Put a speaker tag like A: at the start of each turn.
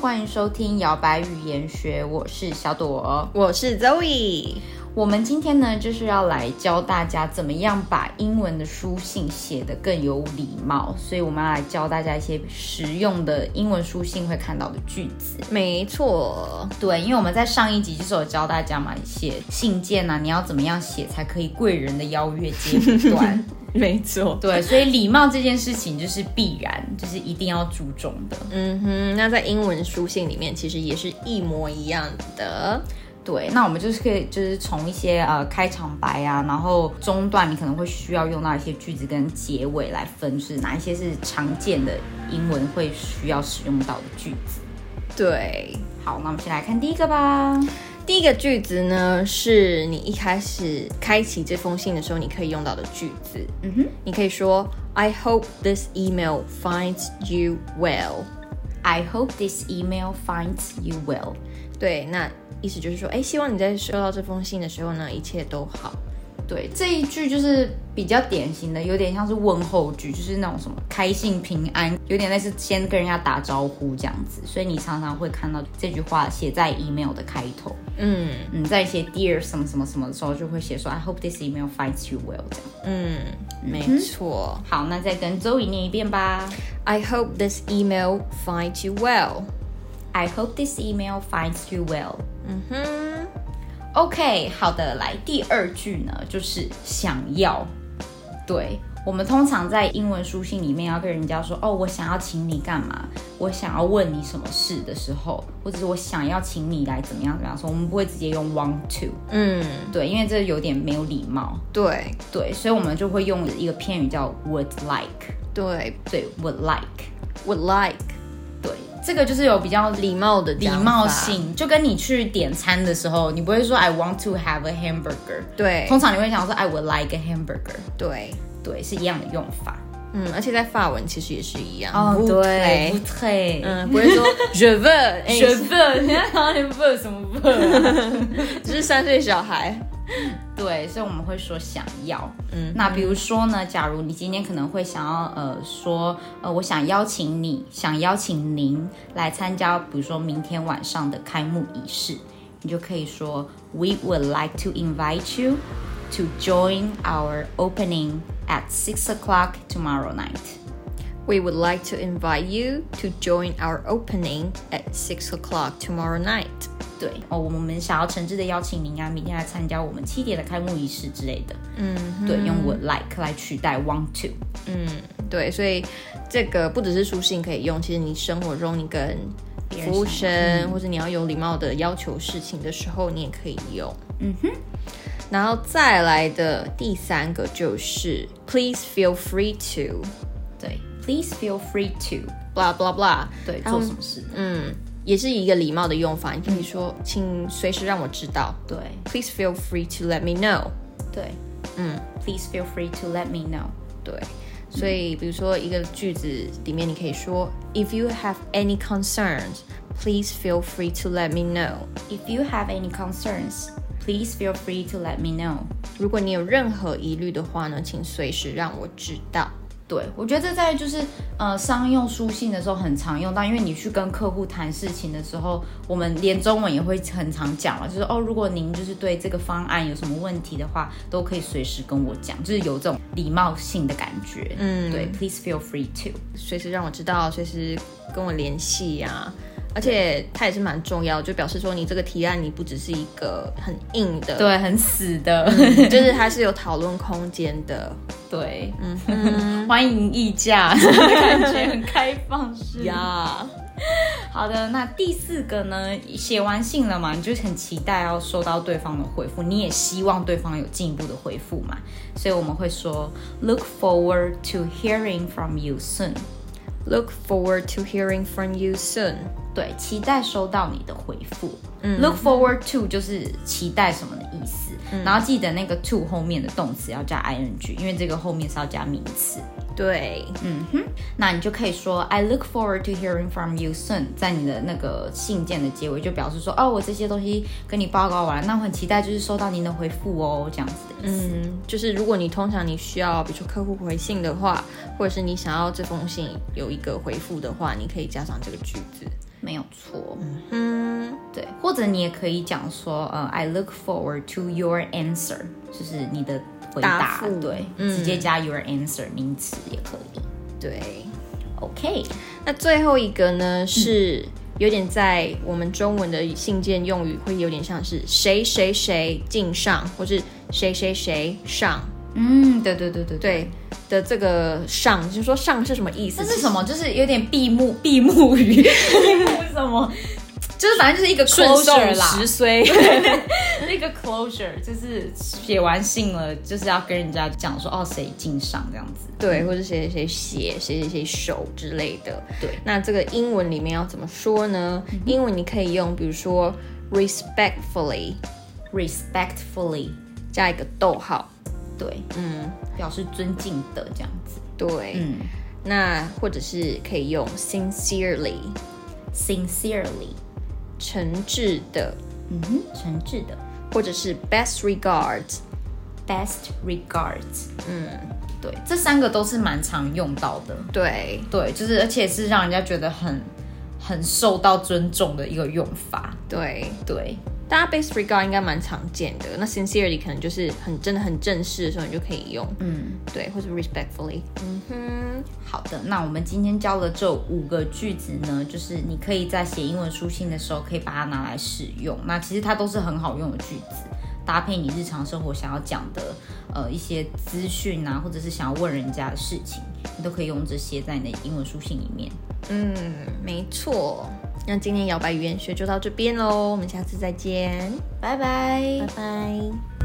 A: 欢迎收听摇摆语言学，我是小朵。
B: 我是 Zoe，
A: 我们今天呢，就是要来教大家怎么样把英文的书信写得更有礼貌，所以我们要来教大家一些实用的英文书信会看到的句子。
B: 没错，
A: 对，因为我们在上一集就是有教大家嘛，写信件啊，你要怎么样写才可以贵人的邀约接不 断。
B: 没错。
A: 对，所以礼貌这件事情就是必然，就是一定要注重的。
B: 嗯哼，那在英文书信里面其实也是一模一样的。
A: 对，那我们就是可以，就是从一些呃开场白啊，然后中段你可能会需要用到一些句子跟结尾来分，就是哪一些是常见的英文会需要使用到的句子。
B: 对，
A: 好，那我们先来看第一个吧。
B: 第一个句子呢是你一开始开启这封信的时候你可以用到的句子。
A: 嗯哼
B: 你可以说 I hope this email finds you well。
A: ，I hope this email finds you well。
B: 对，那意思就是说，哎，希望你在收到这封信的时候呢，一切都好。
A: 对，这一句就是比较典型的，有点像是问候句，就是那种什么开心平安，有点类似先跟人家打招呼这样子，所以你常常会看到这句话写在 email 的开头。
B: 嗯
A: 你在写 dear 什么什么什么的时候，就会写说 I hope this email finds you well 这样。
B: 嗯，没错。
A: 好，那再跟周 o 念一遍吧。
B: I hope this email finds you well。
A: I hope this email finds you well。
B: 嗯哼，
A: OK，好的，来第二句呢，就是想要。对我们通常在英文书信里面要跟人家说，哦，我想要请你干嘛，我想要问你什么事的时候，或者是我想要请你来怎么样怎么样说，我们不会直接用 want to。
B: 嗯，
A: 对，因为这有点没有礼貌。
B: 对
A: 对，所以我们就会用一个片语叫 would like。
B: 对
A: 对，would like，
B: ，would like
A: 对，这个就是有比较礼
B: 礼貌的
A: 礼
B: 礼
A: 貌，性，就跟你去点餐的时候，你不会说 I want to have a hamburger，
B: 对
A: 通常你会想说 I would like a hamburger，
B: 对，
A: 对，是一样的用法。
B: 嗯，而且在法文其实也是一样，
A: 不
B: Vous
A: 哦对，不
B: plaît
A: 对，嗯，
B: 嗯，不 会说 je veux，哎
A: 学 笨，你看到你笨什么笨？
B: 只是三岁小孩，
A: 对，所以我们会说想要。
B: 嗯
A: 那比如说呢，假如你今天可能会想要呃说呃，我想邀请你，想邀请您来参加，比如说明天晚上的开幕仪式，你就可以说 We would like to invite you to join our opening at six o'clock tomorrow night。
B: We would like to invite you to join our opening at six o'clock tomorrow night。
A: 对哦，我们想要诚挚的邀请您啊，明天来参加我们七点的开幕仪式之类的。
B: 嗯
A: 对，用 would like 来取代 want to。
B: 嗯，对，所以这个不只是书信可以用，其实你生活中你跟
A: 别人
B: 服务
A: 想
B: 生，或者你要有礼貌的要求事情的时候，你也可以用。
A: 嗯
B: 哼。然后再来的第三个就是 Please feel free to
A: 对，Please feel free to。
B: blah blah blah。
A: 对，
B: 然后
A: 做什么事？
B: 嗯，也是一个礼貌的用法，你可以说，请随时让我知道。
A: 对
B: Please feel free to let me know。
A: 对
B: 嗯，
A: ，Please feel free to let me know。
B: 对。所以，比如说一个句子里面，你可以说，If you have any concerns, please feel free to let me know。
A: If you have any concerns, please feel free to let me know。
B: 如果你有任何疑虑的话呢，请随时让我知道。
A: 对，我觉得这在就是呃商用书信的时候很常用到，因为你去跟客户谈事情的时候，我们连中文也会很常讲了，就是哦，如果您就是对这个方案有什么问题的话，都可以随时跟我讲，就是有这种礼貌性的感觉。
B: 嗯
A: 对，Please feel free to。
B: 随时让我知道，随时跟我联系呀、啊。而且它也是蛮重要，就表示说你这个提案你不只是一个很硬的，
A: 对，很死的。
B: 对，就是它是有讨论空间的。
A: 对， 欢迎议价， 感觉很开放式。
B: 呀、
A: 好的，那第四个呢？写完信了嘛，你就很期待要收到对方的回复，你也希望对方有进一步的回复嘛，所以我们会说 look forward to hearing from you soon。
B: l o o k forward to hearing from you soon。
A: 对，期待收到你的回复。Look forward to 就是期待什么的意思，然后记得那个 to 后面的动词要加 ing，因为这个后面是要加名词。
B: 对，
A: 嗯哼，那你就可以说 I look forward to hearing from you soon，在你的那个信件的结尾就表示说，哦，我这些东西跟你报告完了，那我很期待就是收到您的回复哦，这样子的意思。
B: 嗯，就是如果你通常你需要，比如说客户回信的话，或者是你想要这封信有一个回复的话，你可以加上这个句子。
A: 没有错。
B: 嗯，
A: 对，或者你也可以讲说，呃，I look forward to your answer，就是你的回
B: 答
A: 答，
B: 复
A: 对，
B: 嗯
A: 直接加 your answer 名词也可以。
B: 对。
A: OK，
B: 那最后一个呢是。有点在我们中文的信件用语会有点像是谁谁谁敬上，或是谁谁谁上，
A: 嗯，对对对对对。
B: 对的这个上，就是说上是什么意思？
A: 这是什么？就是有点闭目闭目语，闭目什么？就是反正就是一个
B: 顺受
A: closure 啦
B: 十，岁，
A: 那个 closure 就是写完信了，就是要跟人家讲说哦谁敬上这样子。
B: 对，或者谁谁谁写，谁谁谁手之类的。
A: 对，嗯
B: 那这个英文里面要怎么说呢？英文你可以用，比如说 respectfully
A: respectfully，
B: 加一个逗号，
A: 对，
B: 嗯，
A: 表示尊敬的这样子。
B: 对，
A: 嗯
B: 那或者是可以用 sincerely
A: ，sincerely，
B: 诚挚的，
A: 嗯哼，诚挚的
B: 或者是 best regards，
A: best regards。
B: 嗯，
A: 对，这三个都是蛮常用到的。
B: 对，
A: 对，就是而且是让人家觉得很很受到尊重的一个用法。
B: 对。
A: 对，
B: 大家 best regard 应该蛮常见的，那 sincerely 可能就是很真的很正式的时候，你就可以用，
A: 嗯。
B: 对，或者 respectfully，嗯哼，
A: 好的，那我们今天教的这五个句子呢，就是你可以在写英文书信的时候，可以把它拿来使用。那其实它都是很好用的句子，搭配你日常生活想要讲的呃一些资讯啊，或者是想要问人家的事情，你都可以用这些在你的英文书信里面。
B: 嗯，没错。那今天摇摆语言学就到这边喽，我们下次再见，
A: 拜拜。
B: 拜拜。